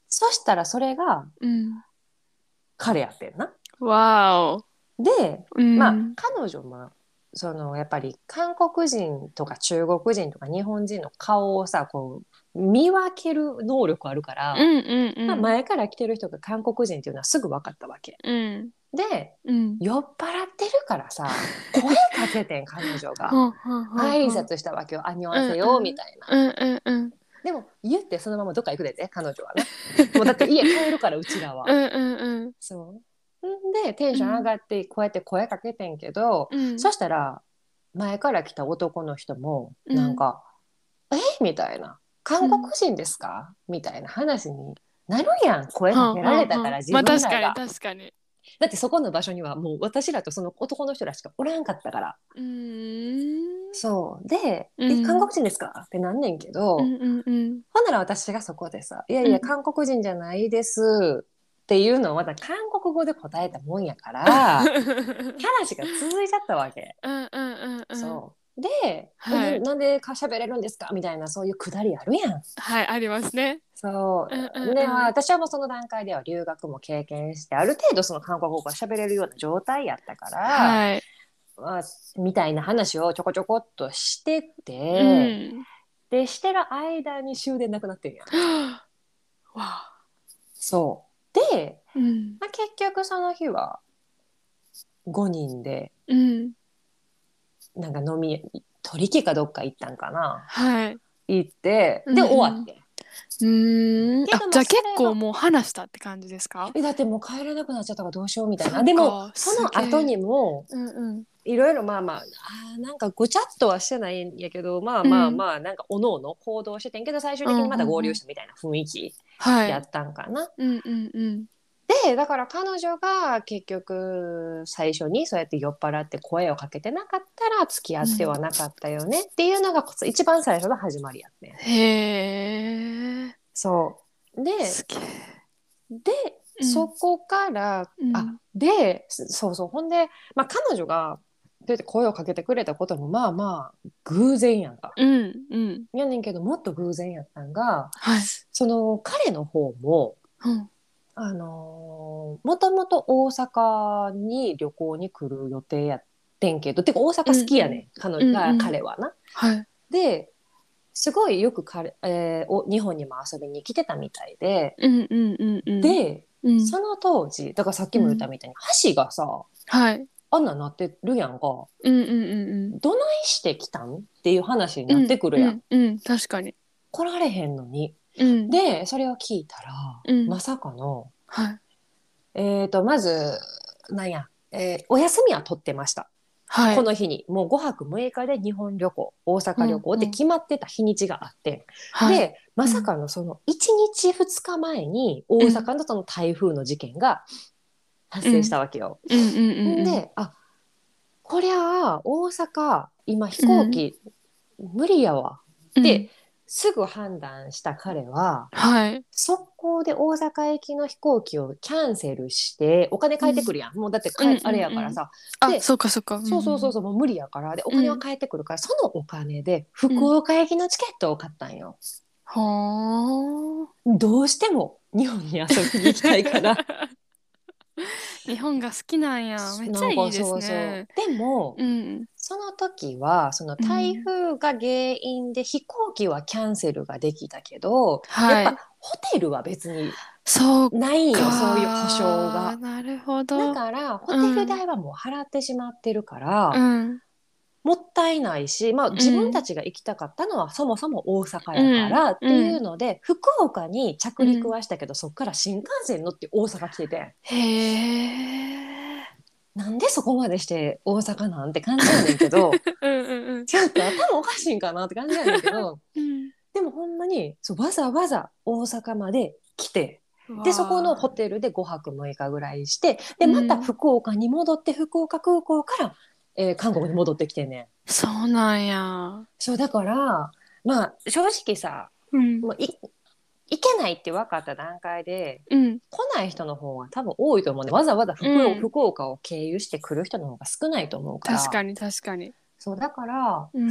そしたらそれが
う。うん。
彼やってんな。
わお。
で、
うん。
まあ、彼女もそのやっぱり韓国人とか中国人とか日本人の顔をさこう見分ける能力あるから、
うんうんうん。
まあ前から来てる人が韓国人っていうのはすぐ分かったわけ。
うん。
で
うん。
酔っ払ってるか らさ声かけてん彼女が
ほうほうほうほう
挨。拶したわけよ「あにょわせよ」みたいな、
うんうんうん。
でも言ってそのままどっか行くでね彼女はねもうだって家帰るからうちらは、
うんうん
そううんでテンション上がってこうやって声かけてんけど、
うん。うん。
そしたら前から来た男の人も
うん
なんか「えみたいな「韓国人ですか?」みたいな話になるやん声かけられたから自
ま
分
あ確か
らが
に確かに。
だってそこの場所にはもう私らとその男の人らしかおらんかったから。
うーん。
そうで、え
うん
韓国人ですか?」ってなんねんけど、
うんうんうん。
ほんなら私がそこでさ「いやいうや
ん
韓国人じゃないです」っていうのをまた韓国語で答えたもんや から話が続いちゃったわけ。
うんうんうんうん。
そうで、
はい
えななんでか喋れるんですかみたいなそういうくだりあるやん。
はい、ありますね。
そう、
うんうんうん
でまあ私はもうその段階では留学も経験してある程度その韓国語が喋れるような状態やったから、
はい。
まあ、みたいな話をちょこちょこっとしてて、
うん。
でしてる間に終電なくなってるやん。
わあ。
そうで、
うん。
まあ、結局その日は5人で
うん。
なんか飲み取引かどっか行ったんかな
はい。う
行って
うん
で終わって、
ーん。
けど
あ
まあ
じゃあ
それ
結
は
構もう話したって感じですか
えだってもう帰れなくなっちゃったからどうしようみたい
そっ
な
か
でもその
すげえ
後にも
うんうん。
いろいろまあまああーなんかごちゃっとはしてないんやけどまあまあ
うん
まあなんかおのおの行動しててんけど最終的にまた合流したみたいな雰囲気
は
や
い
っ。たんかな。
うんうんうん。
でだから彼女が結局最初にそうやって酔っ払って声をかけてなかったら付き合ってはなかったよねっていうのがこ一番最初の始まりやって
へえ。
そうです
げえ。
で
うん
そこから、
うん
あでそうそうほんで、まあ、彼女が出て声をかけてくれたこともまあまあ偶然やんか。
うんうん
やねんけどもっと偶然やったんが
はい、
その彼の方も、
うん、
あのーもともと大阪に旅行に来る予定やってんけどてか大阪好きやねん、彼女が、
うんうん
彼はな。
はい
ですごいよく彼、えーお日本にも遊びに来てたみたいで、
うんうんうんうん
で、
うん
その当時だからさっきも言ったみたいに、箸がさ
はい
あんなんなってるやんか
うんうんうん
どないしてきたんっていう話
う
に
ん
なってくるやん、
うんうんうん確かに
来られへんのに。
うん
でそれを聞いたら、
うん
まさかの、
はい
えー、とまずなんや、えーお休みは取ってました、
はい
この日にもう5泊6日で日本旅行大阪旅行って決まってた日にちがあって、
はい
でまさかのその1日2日前に大阪のその台風の事件が発生したわけよ。
うんうんうんうん
であこりゃあ大阪今飛行機無理やわ
うん
ってすぐ判断した彼は
はい
速攻で大阪行きの飛行機をキャンセルしてお金返ってくるやん、もうだってか、
うんうんうん
あれやからさ、
あ
で
そうかそうかん
そうそうそうそうもう無理やからでお金は返ってくるから、そのお金で福岡行きのチケットを買ったんよ。
はあ
どうしても日本に遊びに行きた いから。
日本が好きなんやめっちゃいいですね
そうそうでも、
うん
その時はその台風が原因で飛行機はキャンセルができたけど、
は
やっ
い
ぱホテルは別に
そうか
ないよそういう保証が。
なるほど
だからホテル代はもう払ってしまってるから、
うん
もったいないし、まあ、
ん
自分たちが行きたかったのはそもそも大阪やからっていうので、福岡に着陸はしたけど、そっから新幹線乗って大阪来てて。
へえ
なんでそこまでして大阪なんて感じやねんけ ど
うんうん
ちょっと頭おかしいんかなって感じやねんけど
うん
でもほんまにそうわざわざ大阪まで来て
うん
でそこのホテルで5泊6日ぐらいしてでまた
うん
福岡に戻って福岡空港から、えー韓国に戻ってきてんねん。
そうなんや
そうだからまあ正直さ
うん
もうい行けないって分かった段階で
うん
来ない人の方が多分多いと思うねわざわざ福,、
うん
福岡を経由して来る人の方が少ないと思うから
確かに確かに
そうだから
うん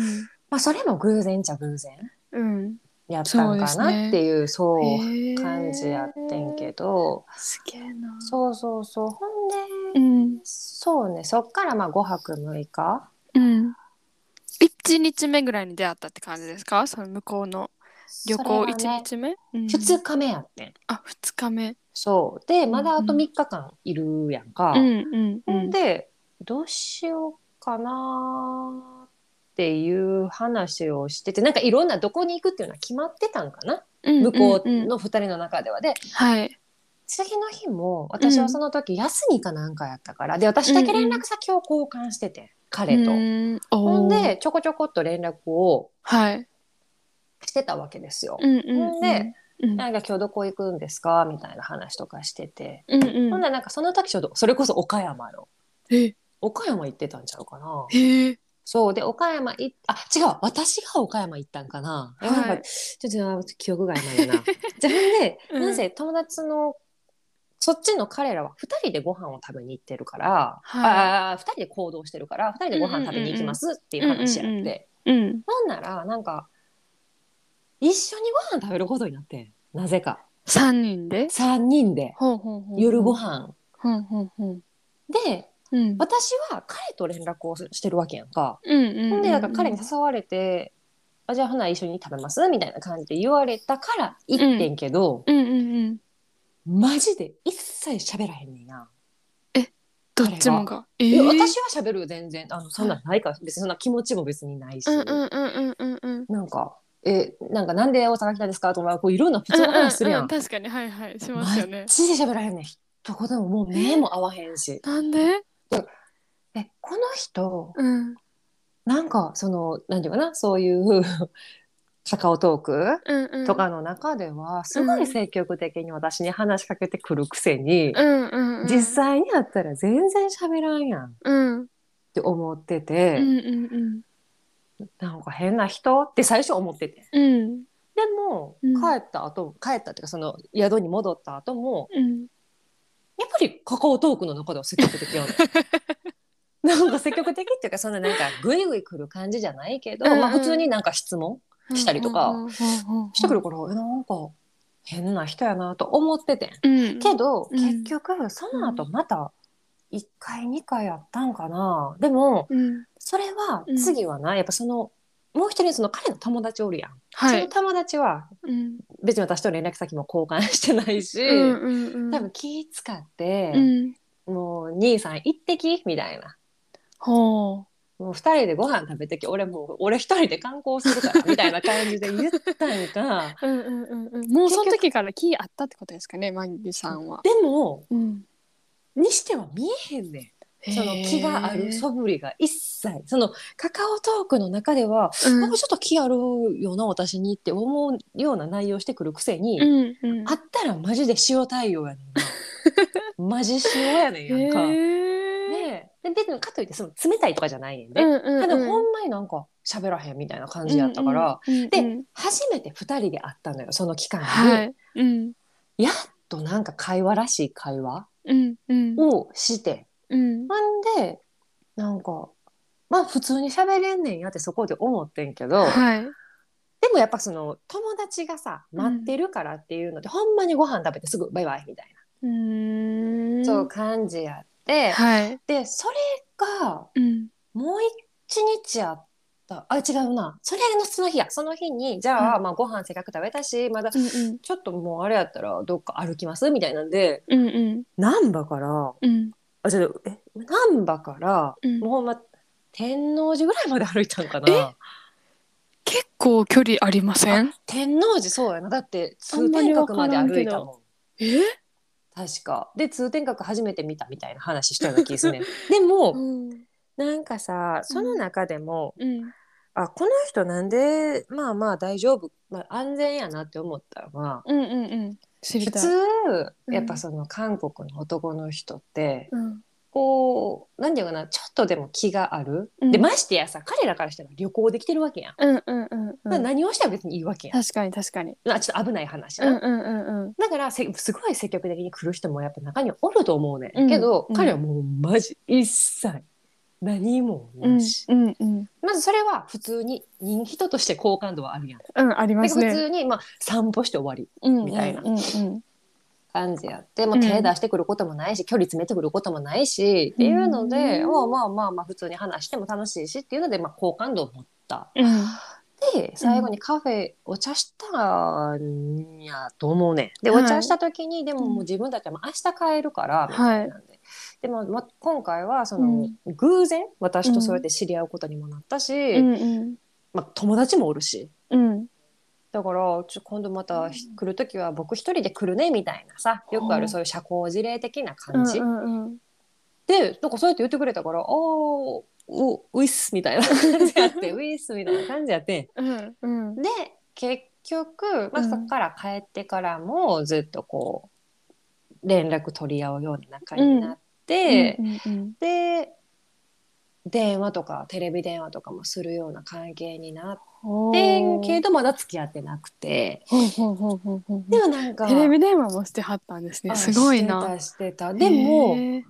まあ、それも偶然っちゃ偶然
うん
やったんか
そうですね
なっていうそう
へえ
感じやってんけど、
すげえな
そうそうそうほん
う
で、
ん
そうねそっからまあ5泊6日
うん1日目ぐらいに出会ったって感じですかその向こうの旅行
それは
1
ね
日目、うん
2日目やってん
あ2日目
そうでまだあと
うん
3日間いるやんか、
うんうんう
ほん
ん
でどうしようかなっていう話をしててなんかいろんなどこに行くっていうのは決まってたんかな
うん
向こう
うんうん
の2人の中では。で
はい
次の日も私はその時休みかなんかやったから、で私だけ連絡先を交換してて、彼と。
うん
ほん
おー
でちょこちょこっと連絡を
はい
してたわけですよ。
うんうん
ほんで
うん
なんか今日どこ行くんですかみたいな話とかしてて、
うん
ほ
うんん
ならなんかその時ちょうどそれこそ岡山の
え
岡山行ってたんちゃうかな。
へえ
そうで岡山行っあ違う私が岡山行ったんかな。
はい
なんかちょっと記憶が曖昧だな。 じゃあほんで、
うん
なぜ友達のそっちの彼らは2人でご飯を食べに行ってるから、
はい
ああ2人で行動してるから2人でご飯食べに行きますっていう話やって、
うんうんうん
ほんならなんか一緒にご飯食べることになってなぜか
3人で
3人で
ほうほうほう
夜ご飯
ほうほうほう
で
うん
私は彼と連絡をしてるわけやんか。
うんうんうん
ほ
うんん
でなんか彼に誘われて「あじゃあほな一緒に食べます?」みたいな感じで言われたから行ってんけど、
うんうんうん
マジで一切喋らへんねんな。
どっちもがえ
いや
ー
私は喋るよ全然あのそんなんないから別にそんな気持ちも別にないし、
うんうんうんうんうんうん
なんかえなんかなんで大阪来たんですかとかこういろんな普通の話するやん,、
ううう確かにはいはいしますよ
マ
ね
ッチで喋らへんねん一言ももう目も合わへんし
なんで
えこの人
うん
なんかそのなんていうかなそういう カカオトーク
うんうん
とかの中ではすごい積極的に私に話しかけてくるくせに、
うんうんうん
実際に会ったら全然喋らんやんっ
うん
て思って
う
て、
んうん
なんか変な人って最初思ってて。
うんうん
でも、
うん
帰った後帰ったっていうかその宿に戻った後も
うん
やっぱりカカオトークの中では積極的やね なんか積極的っていうかそんななんかグイグイ来る感じじゃないけど、
うんうん
まあ、普通になんか質問したりとかしてくるから、えなんか変な人やなと思っててん
うん
けど、
うん
結局その後また1回2回やったんかなでも
うん
それは
うん
次はな、やっぱそのもう一人その彼の友達おるやん、
は
その
い
友達は
うん
別に私と連絡先も交換してないし、
うんうんうん
多分気使って
う、ん
もう兄さん一滴みたいな
ほ
もう二人でご飯食べてき俺もう俺一人で観光するからみたいな感じで言ったん か
ううんうんうんうんもうその時から気あったってことですかねマギさんは
でも
うん
にしては見えへんねんその気がある素振りが一切そのカカオトークの中では、
うん
なんかちょっと気あるよな私にって思うような内容してくるくせに、
うんうん
あったらマジで塩対応やね んなマジ塩やねんやんか。
へ
ね
ー
えで別にかといってその冷たいとかじゃないねんで、
うんうんうん
ただほんまになんか喋らへんみたいな感じやったから、
うんうんうんうん
で初めて2人で会ったのよその期間に、
はいうん
やっとなんか会話らしい会話
うんうん
をして
うん
ほんでなんかまあ普通に喋れんねんやってそこで思ってんけど、
はい
でもやっぱその友達がさ待ってるからっていうので、ほんまにご飯食べてすぐバイバイみたいう
ー
な、
ん
そう感じやって、
はい
でそれが
うん
もう一日あったあ違うなそれのその日やその日にじゃあ,、まあご飯せっかく食べたしまだ
うんうん
ちょっともうあれやったらどっか歩きますみたいなんで
うんうん
難波から
うん
あじゃえ難波から、
うん
もうほんま天王寺ぐらいまで歩いたんかな
結構距離ありません
天王寺そうやなだって
あん
通
まり
天
わ
閣
か
まで
らん
歩
けど
いたもん
え
確かで通天閣初めて見たみたいな話したような気ですね でも
うん
なんかさその中でも、
うん
あこの人なんでまあまあ大丈夫、まあ、安全やなって思ったのは
うんうん知り
普
たい
通やっぱその韓国の男の人って、
うん
こう何て言うかなちょっとでも気がある、
うん
でましてやさ彼らからしたら旅行できてるわけやん、
うんうんうんう
だから
ん
何をしても別にいいわけやん、
確かに確かに
あちょっと危ない話
う
な、
んうんうんうん
だからせすごい積極的に来る人もやっぱ中にはおると思うね、
うん
ん、けど
うん
彼はもうマジ一切何も
うん
なし、
うんうん
まずそれは普通に人人として好感度はあるやん、
うんありま
だ
す
から普
ね
通に、まあ、散歩して終わり
うん
みたいな
うんうん
感じやって、もう
うん
手出してくることもないし、距離詰めてくることもないし、っていうので、
うん
まあまあまあまあ普通に話しても楽しいしっていうので、まあ、好感度を持った。
うん
で最後にカフェお茶したんやと思うねん。でお茶した時に、でももう自分たちはもう明日帰るからみたいなんで。でも、ま、今回はその、偶然私とそうやって知り合うことにもなったし、
うんうん
まあ、友達もおるし
うん
だからちょ今度またひ来る時は僕一人で来るねみたいなさよくあ
ほう
るそういう社交辞令的な
う
感
ん
じ、
うんうん
でなんかそうやって言ってくれたから「ああうウィス」みたいな感じや ってウィスみたいな感じやって
うんうん
で結局、ま
う
あ、
ん
そこから帰ってからもずっとこう連絡取り合うような仲になって、
うんうん
で電話とかテレビ電話とかもするような関係になっ
うん
てんけどまだ付き合ってなくて
ほうほうほうほうほう
でもなんか
テレビ電話もしてはったんですね
あ
すごいな
してたしてたでも、
へー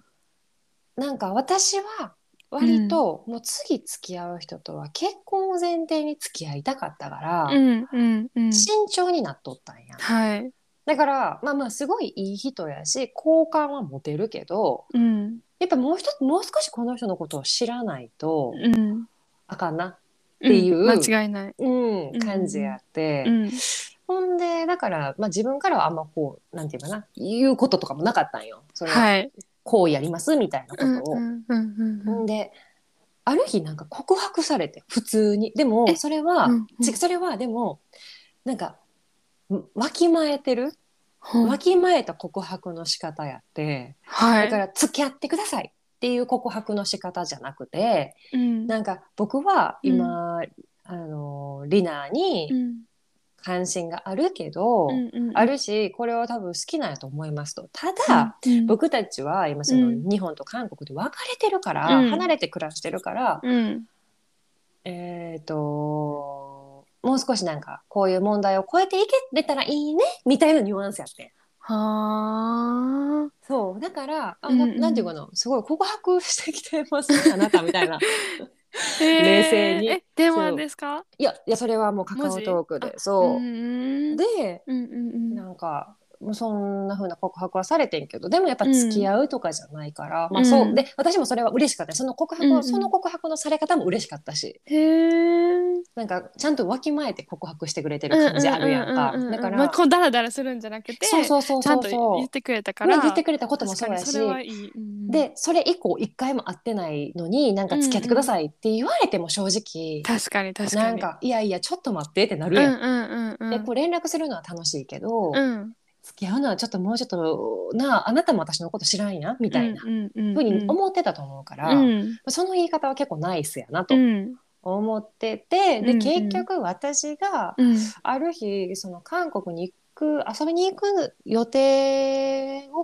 なんか私は割ともう次付き合う人とは結婚を前提に付き合いたかったから、
うんうんうん
慎重になっとったんや
はい
だからまあまあすごいいい人やし好感は持てるけど
うん
やっぱもう一つもう少しこの人のことを知らないと
うん
あかんな、ていうん
間違いない
うん
うん
感じやって、
うん
ほんでだから、まあ、自分からはあんまこうなんていうかな言うこととかもなかったんよそれ
はい
こうやりますみたいなこと
うん
を。
うんうんうん
んである日なんか告白されて普通にでも
え
それは、
うんうん
ちそれはでもなんかんわきまえてる
ほう
わきまえた告白の仕方やって
は
だか
い
ら付き合ってくださいっていう告白の仕方じゃなくて
うん
なんか僕は今、あのリナ
う
に
ん
関心があるけど、
うんうん
あるしこれは多分好きなんやと思いますとただ、
うん
僕たちは今その
うん
日本と韓国で別れてるから、
うん
離れて暮らしてるから、
うん
えっ、ともう少しなんかこういう問題を超えていけれたらいいねみたいなニュアンスやって
はあ。
そうだからあ
うん
な
うん
なんていうかなすごい告白してきてますねあなたみたいな冷
冷
静に
え、電話ですか
いやいやそれはもうカカオトーク
文
で
字
そう、
んん
で
うんうんう。
なんんかもうそんな風な告白はされてんけどでもやっぱ付き合うとかじゃないから、まあそ
う
う、
ん
で私もそれは嬉しかったその告白は、
うんうん
その告白のされ方も嬉しかったし
へえ。
なんかちゃんとわきまえて告白してくれてる感じあるやんか、
ううううう
だから、
まあ、こうダラダラするんじゃなくて、
そうそうそう
ちゃ
そ
ん
う
と
そう
言ってくれたから。
ね、言ってくれたこともそうやし
確かにそれはいい。うんうん、
でそれ以降一回も会ってないのになんか付き合ってくださいって言われても正直、
確かに確かに。
なんかいやいやちょっと待ってってな
う
る
んう
やん。
んうんうん。
でこう連絡するのは楽しいけど、
うん、
付き合うのはちょっともうちょっとなああなたも私のこと知らんやみたいな
うんうんうん、
ふうに思ってたと思うから、
うん
その言い方は結構ナイスやなと
うん
思ってて、
うんうん
で結局私が
うん
ある日その韓国に行く遊びに行く予定を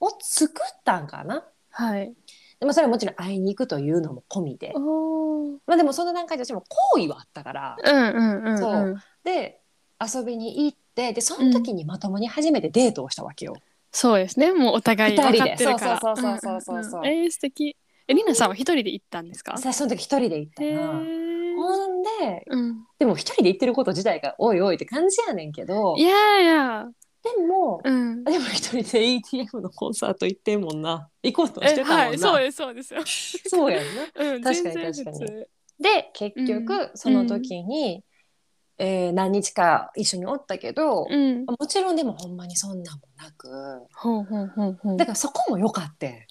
を作ったんかな。
はい。
でもそれはもちろん会いに行くというのも込みで、
おー
まあ、でもその段階で私も好意はあったから
うんうんうんん。
そうで遊びに行ってでその時にまともに初めてデートをしたわけよ。
そうですね。もうお互い分かってるから。
二人でそうそうそうそうそうそうん
んんえー、素敵。え、りなさんは一人で行ったんですか。
最初の時一人で行った
へえ。
な。ほんで
うん。
でも一人で行ってること自体がおいおいって感じやねんけど
いやいや。
でも、
うん。
でも一人で ATM のコンサート行ってんもんな行こうとして
え、
たもんな、
はい、そうですそうですよ。
そうやんな。
うん、
確かに
全然普
確かに
通。
で結局、
うん
その時に、えー何日か一緒におったけど、
うん。
もちろんでもほんまにそんなんもなく
ほうほうほうほう
だ。からそこも良かって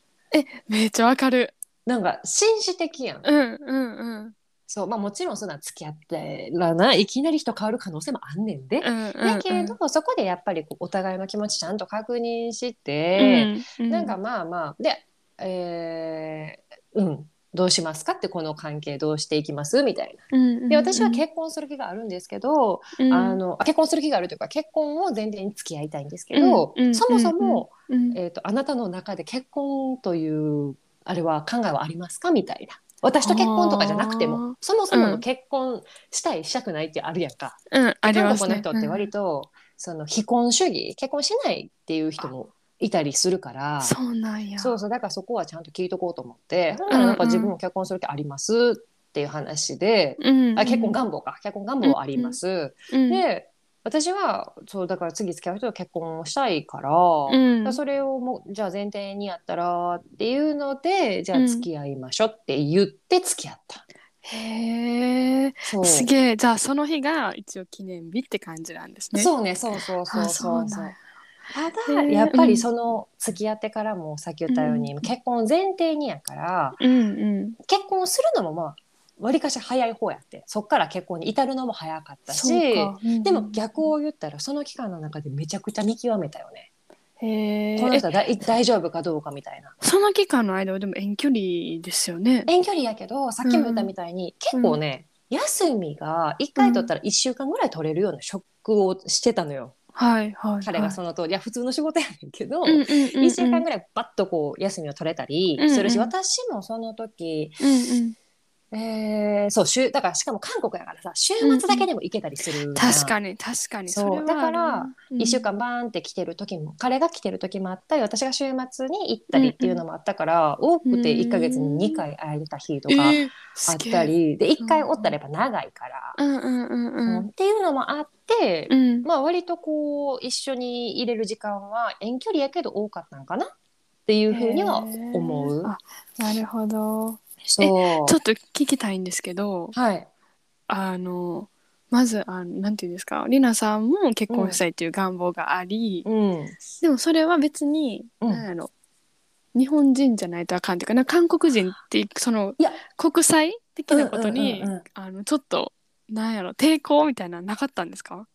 めっちゃわかる。
なんか紳士的やん
うんうんうん。
そうまあもちろんそんなん付き合ってらないきなり人変わる可能性もあんねんで、
うんうん。
だけど、そこでやっぱりこうお互いの気持ちちゃんと確認し
う
て、
ん、う
なんか、まあまあでえーうんどうしますかってこの関係どうしていきますみたい
うんうんうん、
なで私は結婚する気があるんですけど、
構
あのあ結婚する気があるというか結婚を前提に付き合いたいんですけど、
うんうん
そも
う
そ
んうん
も、えー、とあなたの中で結婚というあれは考えはありますかみたいな私と結婚とかじゃなくて
あー
もそもそもの結婚したいしたくないってあるやんか、
うん、あり
韓
ます
国
ね。
の人って割と、その非婚主義結婚しないっていう人もいたりするか
うん
ら。
そうなんや。
そうそうだからそこはちゃんと聞いとこうと思って、ほんならなんか自分も結婚する気ありますっていう話で、
うん、
あ結婚願望か結婚願望はあります、
うん、
で私はそうだから次付き合う人と結婚をしたいから,、
うん、
それをもうじゃあ前提にやったらっていうのでじゃあ付き合いましょうって言って付き合った。
へえ、
そう
すげえ。じゃあその日が一応記念日って感じなんですね。う
そうねそうそうそうそうそ
な
う
んや
ただ
へー
やっぱりその付き合ってからもさっき言ったように、結婚を前提にやから
うんうん。
結婚するのもまあわりかし早い方やってそっから結婚に至るのも早かったし
そうか、うんうん
でも逆を言ったらその期間の中でめちゃくちゃ見極めたよね、
へ
この
え
人。は大大丈夫かどうかみたいな。
その期間の間はでも遠距離ですよね。
遠距離やけどさっきも言ったみたいに、結構ね、休みが1回取ったら1週間ぐらい取れるような職をしてたのよ、
はいはい、はい。
彼がその通りいや普通の仕事やねんけど、
うんうんうんうん、
1週間ぐらいバッとこう休みを取れたりするし、
うんうん
私もその時、
うんうん。
えーそう週だからしかも韓国やからさ週末だけでも行けたりするやん、
確かに確かに
そう
れはあるな
だから
うん
1週間バーンって来てる時も彼が来てる時もあったり私が週末に行ったりっていうのもあったから、多くて1か月に2回会えた日とか
えー
あ
す
っ
げえ
たり、で1回
うん
おったらやっぱ長いから。
うんうんうんう
うん
ん
っていうのもあって、
うん
まあ割とこう一緒に入れる時間は遠距離やけど多かったんかなっていうふうには思
へ
う
ー。あなるほど
そう
ちょっと聞きたいんですけど
はい、
あのまずあのなんていうんですかりなさんも結婚したいっていう願望があり、
うん
でもそれは別に、
うん
なんやろ日本人じゃないとあかんっていうかなんか韓国人ってその
いや
国際的なことに、
うんうんうんうん
あのちょっとなんやろ抵抗みたいなのなかったんですか、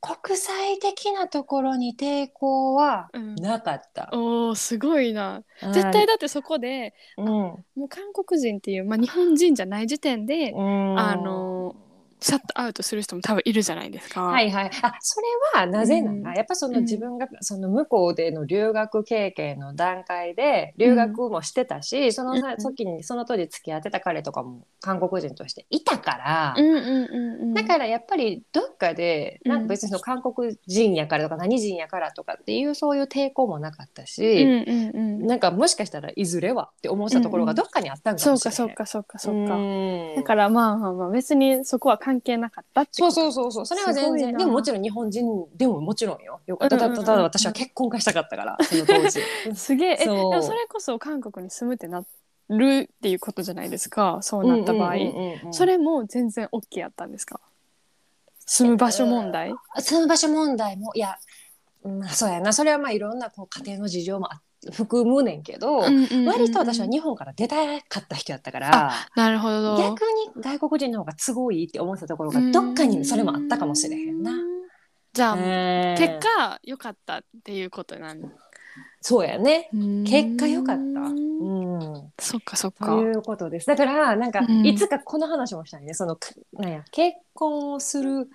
国際的なところに抵抗は
うん、
なかった。
おーすごいな絶対
だ、
だってそこで
うん
もう韓国人っていう、まあ、日本人じゃない時点で、
うん
あのシャットアウトする人も多分いるじゃないですか。
はいはい、あそれはなぜなら、
うん
やっぱその自分がその向こうでの留学経験の段階で留学もしてたし、その
うん
時にその当時付き合ってた彼とかも韓国人としていたから、
うんうんうんうん。
だからやっぱりどっかでなんか別にその韓国人やからとか何人やからとかっていうそういう抵抗もなかった
うん
し、
うんうん。
なんかもしかしたらいずれはって思ってたところがどっかにあったんか
そ
も
う
し
か
れない。
そうかそうかそうか。
ん
だからまあまあまあ別にそこは関係なかったって
そ
こ
う
と
そうそうそうそれは全
すごい
然
な
でももちろん日本人でももちろんよよかった
うんうん
た
うん
だただ私は結婚がしたかったからその当時
すげええで
そう
もそれこそ韓国に住むってなるっていうことじゃないですかそうなった場合、
うんうんうんうん
それも全然 OK やったんですか住む場所問題、
住む場所問題もいやまあそうやなそれはまあいろんなこう家庭の事情もあ含むねんけど、
うんうんうん
割と私は日本から出たかった人やったから
なるほど
逆に外国人の方が都合いいって思ってたところがどっかにそれもあったかもしれへんな。
うじゃあ、
ね
結果良かったっていうことなんだ
そうやね結果良
良
かった。うん
そっかそっか
ということです。だから、なんか
う、ん
いつかこの話もしたいね。その、くなんや、結婚をする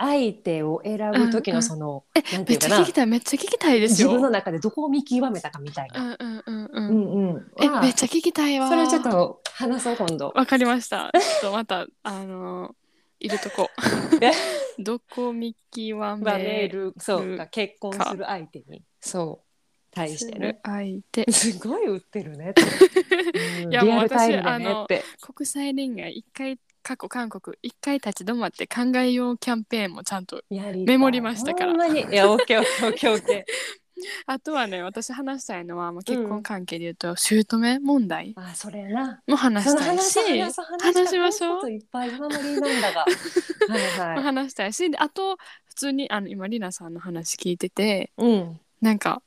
相手を選ぶ時
うんう
の、
ん
その、なんて
め
い
っ
う
ち
か
ゃ
な
聞き、たいめっちゃ聞きたいです
自
よ
分の中でどこを見極めたかみたいうな。
んうんうんう、
うんんうん。
え
は
めっちゃ聞きたいわ
それをちょっと話そう、今度。
わかりました。ちょっとまた、あのいるとこ。 どこ見極
まあメ
め
ール、そ
うん
うか、結婚する相手に、そう、対し
す
て
る
る。
相手。
すごい売ってるねって。うん
いや
リ
もう
アルタ
私
イムでねって。
国際恋愛、一回、過去韓国、一回立ち止まって考えようキャンペーンもちゃんと。
やりたい
メモりましたから
ほんまに。いや、オッケーオッケーオッケーオッケー。
あとはね、私話したいのは、もう結婚関係で言うと、姑問題
あ、それやな。
も話
そ
し
の
たい
話
し、
そう話そう話
話しましょう
話こといっぱい今まで飲んだ が。はい
もう
はい。
話したいし、であと、普通に、あの、今、りなさんの話聞いてて、
うん
なんか、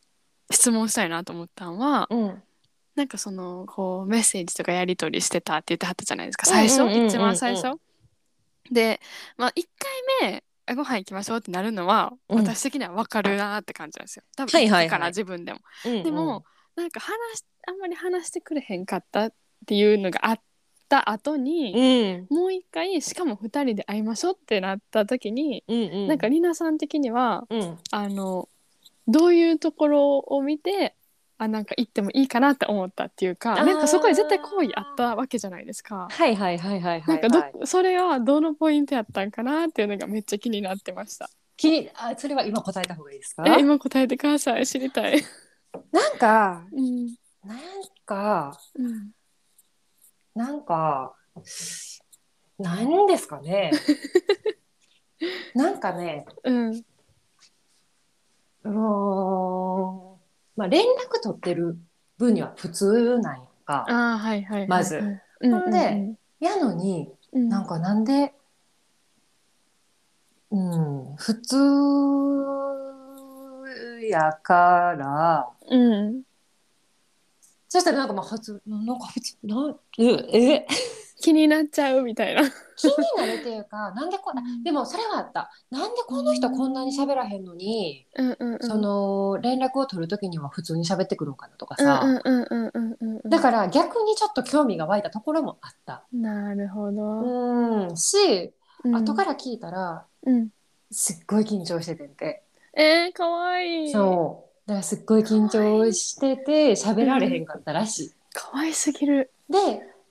質問したいなと思ったんは、
うん
なんかそのこうメッセージとかやり取りしてたって言ってはったじゃないですか最初、
うんうんうんうん
一番最初。で、まあ、1回目あご飯行きましょうってなるのは、
うん
私的には分かるなって感じなんですよ多分
はいはいはい
行くから自分でも。
うん。
でも、なんか話しあんまり話してくれへんかったっていうのがあった後
う
に、
ん
もう一回しかも2人で会いましょうってなった時に、
うんうん。
なんかりなさん的には
うん。
あのどういうところを見てあなんか行ってもいいかなって思ったっていうか
あー
なんかそこに絶対好意あったわけじゃないですか。
はいはいはいはいは
ないんかど、
はい。
それはどのポイントやったんかなっていうのがめっちゃ気になってました。
気にあそれは今答えた方がいいですか？
え今答えてください知りたい。
なんか
うん
なんか
うん、
なんかなんですか ね。なんかね。
うん、
うーんまあ連絡取ってる分には普通なんやんか。
あーはいはいはい、
まず
うん
ほんで、やのに。
うんうん、
なんかなんで、うん、普通やから、
うん、
そしたらなんかまあ普通、なんか普通、なんうんえ
気になっちゃうみたいな。
気になるっていうか、なんでこあでもそれはあった。なんでこの人こんなに喋らへんのに、
うんうんうん、
その連絡を取るときには普通に喋ってくるんかなとか
うん
さ、
うんうんうんうんうんうん
だから逆にちょっと興味が湧いたところもあった。
なるほど、
うん、し、
うん、
後から聞いたら、
うん、
すっごい緊張しててんて。
えー、かわいい。
そう。だからすっごい緊張してて喋られへんかったらし
可愛すぎる。
い。で、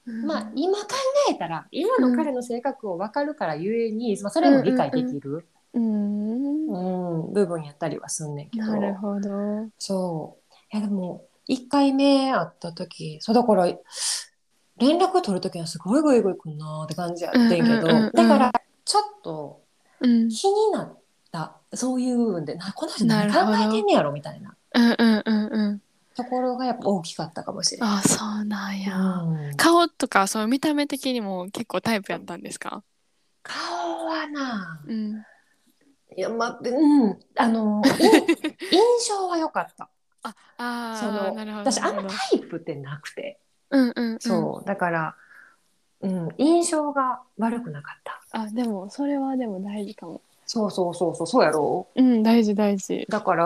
うん
まあ今考えたら今の彼の性格を分かるからゆえに、まあ、それも理解できる、
うーん、
うん部分やったりはすんねんけど
なるほど。
そういやでも1回目会った時そうだから連絡取る時はすごいグイグイくんなーって感じやってんけど、
うんうんうんうん
だからちょっと
うん、
気になったそういう部分でなこの人
なる
何
ほど
考えてんねやろみたいな
うん、うん、うん、うん。
ところがやっぱ大きかったかもしれない。
あ、そうなんや。
うん
顔とか、そう、見た目的にも結構タイプやったんですか。
顔はな
うん。
いやまあうんあの い印象は良かった
あ
そ
あ、
の
なるほど。
私あん
な
ま
るほど
タイプってなくて
うん、うん、うん。
そう、だから、うん、印象が悪くなかった
あ、でも、それはでも大事かも。
そうそうそうそうそうやろ
うん、大事、大事。
だから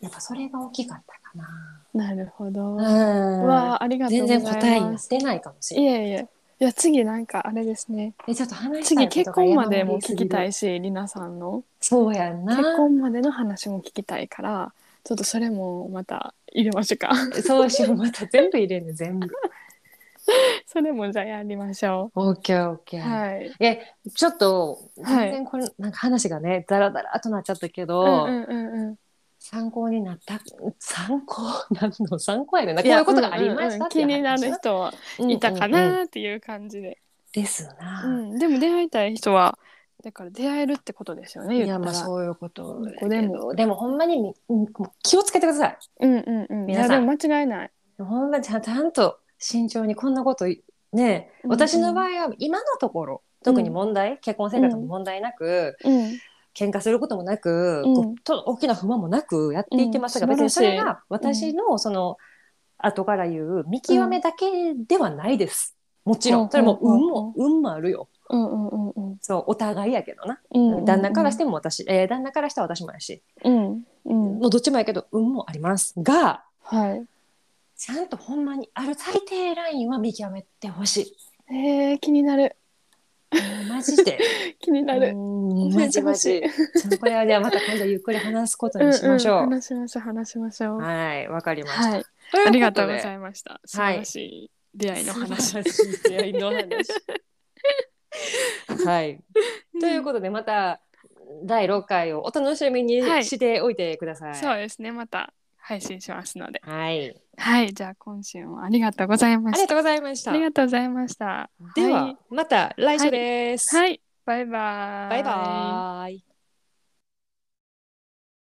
やっぱそれが大きかったかな
なるほど。
うん
わあ、ありがとう
全
ございます。
然答えにはしてないかもし
い
れない
えいえ。いいや次なんかあれですね
えちょっと話した
次
いこと
結
が
婚
山
ま
盛り
でも聞きたい
す
しりなさんの
ぎるそうやんな
結婚までの話も聞きたいからちょっとそれもまた入れましょうか
そうしようまた全部入れるね全部
それもじゃあやりましょ
OKOK、
うはい、
えちょっと
はい
全然これ、なんか話がねダラダラとなっちゃったけど、
うんうんうんうん
参考になった参考なんの参考やねんなこういうことがありましたって
い
い
や
う
うんうんうん気に
話
なる人はいうた
んうん
か
うん
なっていう感じで、
ですな、
うんでも出会いたい人はだから出会えるってことですよね言
い
った
や
ら
まあそういうことだけど
で
で
も
もほんまにみうんもう気をつけてください
うんうんうんいや
皆
で
さん
も間違いない
ほんまちゃんちゃんと慎重にこんなこといね
うん
私の場合は今のところ特に問題、結婚生活も問題なく、
うん
喧嘩することもなく、
うん
こうと大きな不満もなくやっていってましたが、
うん
別にそれ
素晴
が私のその、後から言う見極めだけではないです。もちろ
うん
ん、それも
うん
運も、運もあるよ。
うんうんうんうん
そう、お互いやけどな。
うんうんうん
旦那からしても私、えー旦那からしたら私もやし、
うんうん
もうどっちもやけど、運もあります。が、
はい
ちゃんとほんまにある最低ラインは見極めてほしい。
えー、気になる
もうマジ で。
気になる、
うん
マ
マ
ジ
ジ
マ
マ
ジ
ジ。そうこれはじゃあまた今度ゆっくり話すこと
うん
にしましょ
う
う。
ん、話しましょう話しましょう
はい、わかりました。
はい
ということで
ありがとうございました素晴らしい出会いの
素
話
晴らしい出会いの 話。はい。ということでまた第6回をお楽しみに
はい
しておいてください。
そうですねまた配信しますので
はい。
はいじゃあ今週もありがとうござい
あ
ま
り
し
が
た
とうございました。
ありがとうございました
で
は、
はいまた来週です。
はい、バイバーイ
バイバーイ。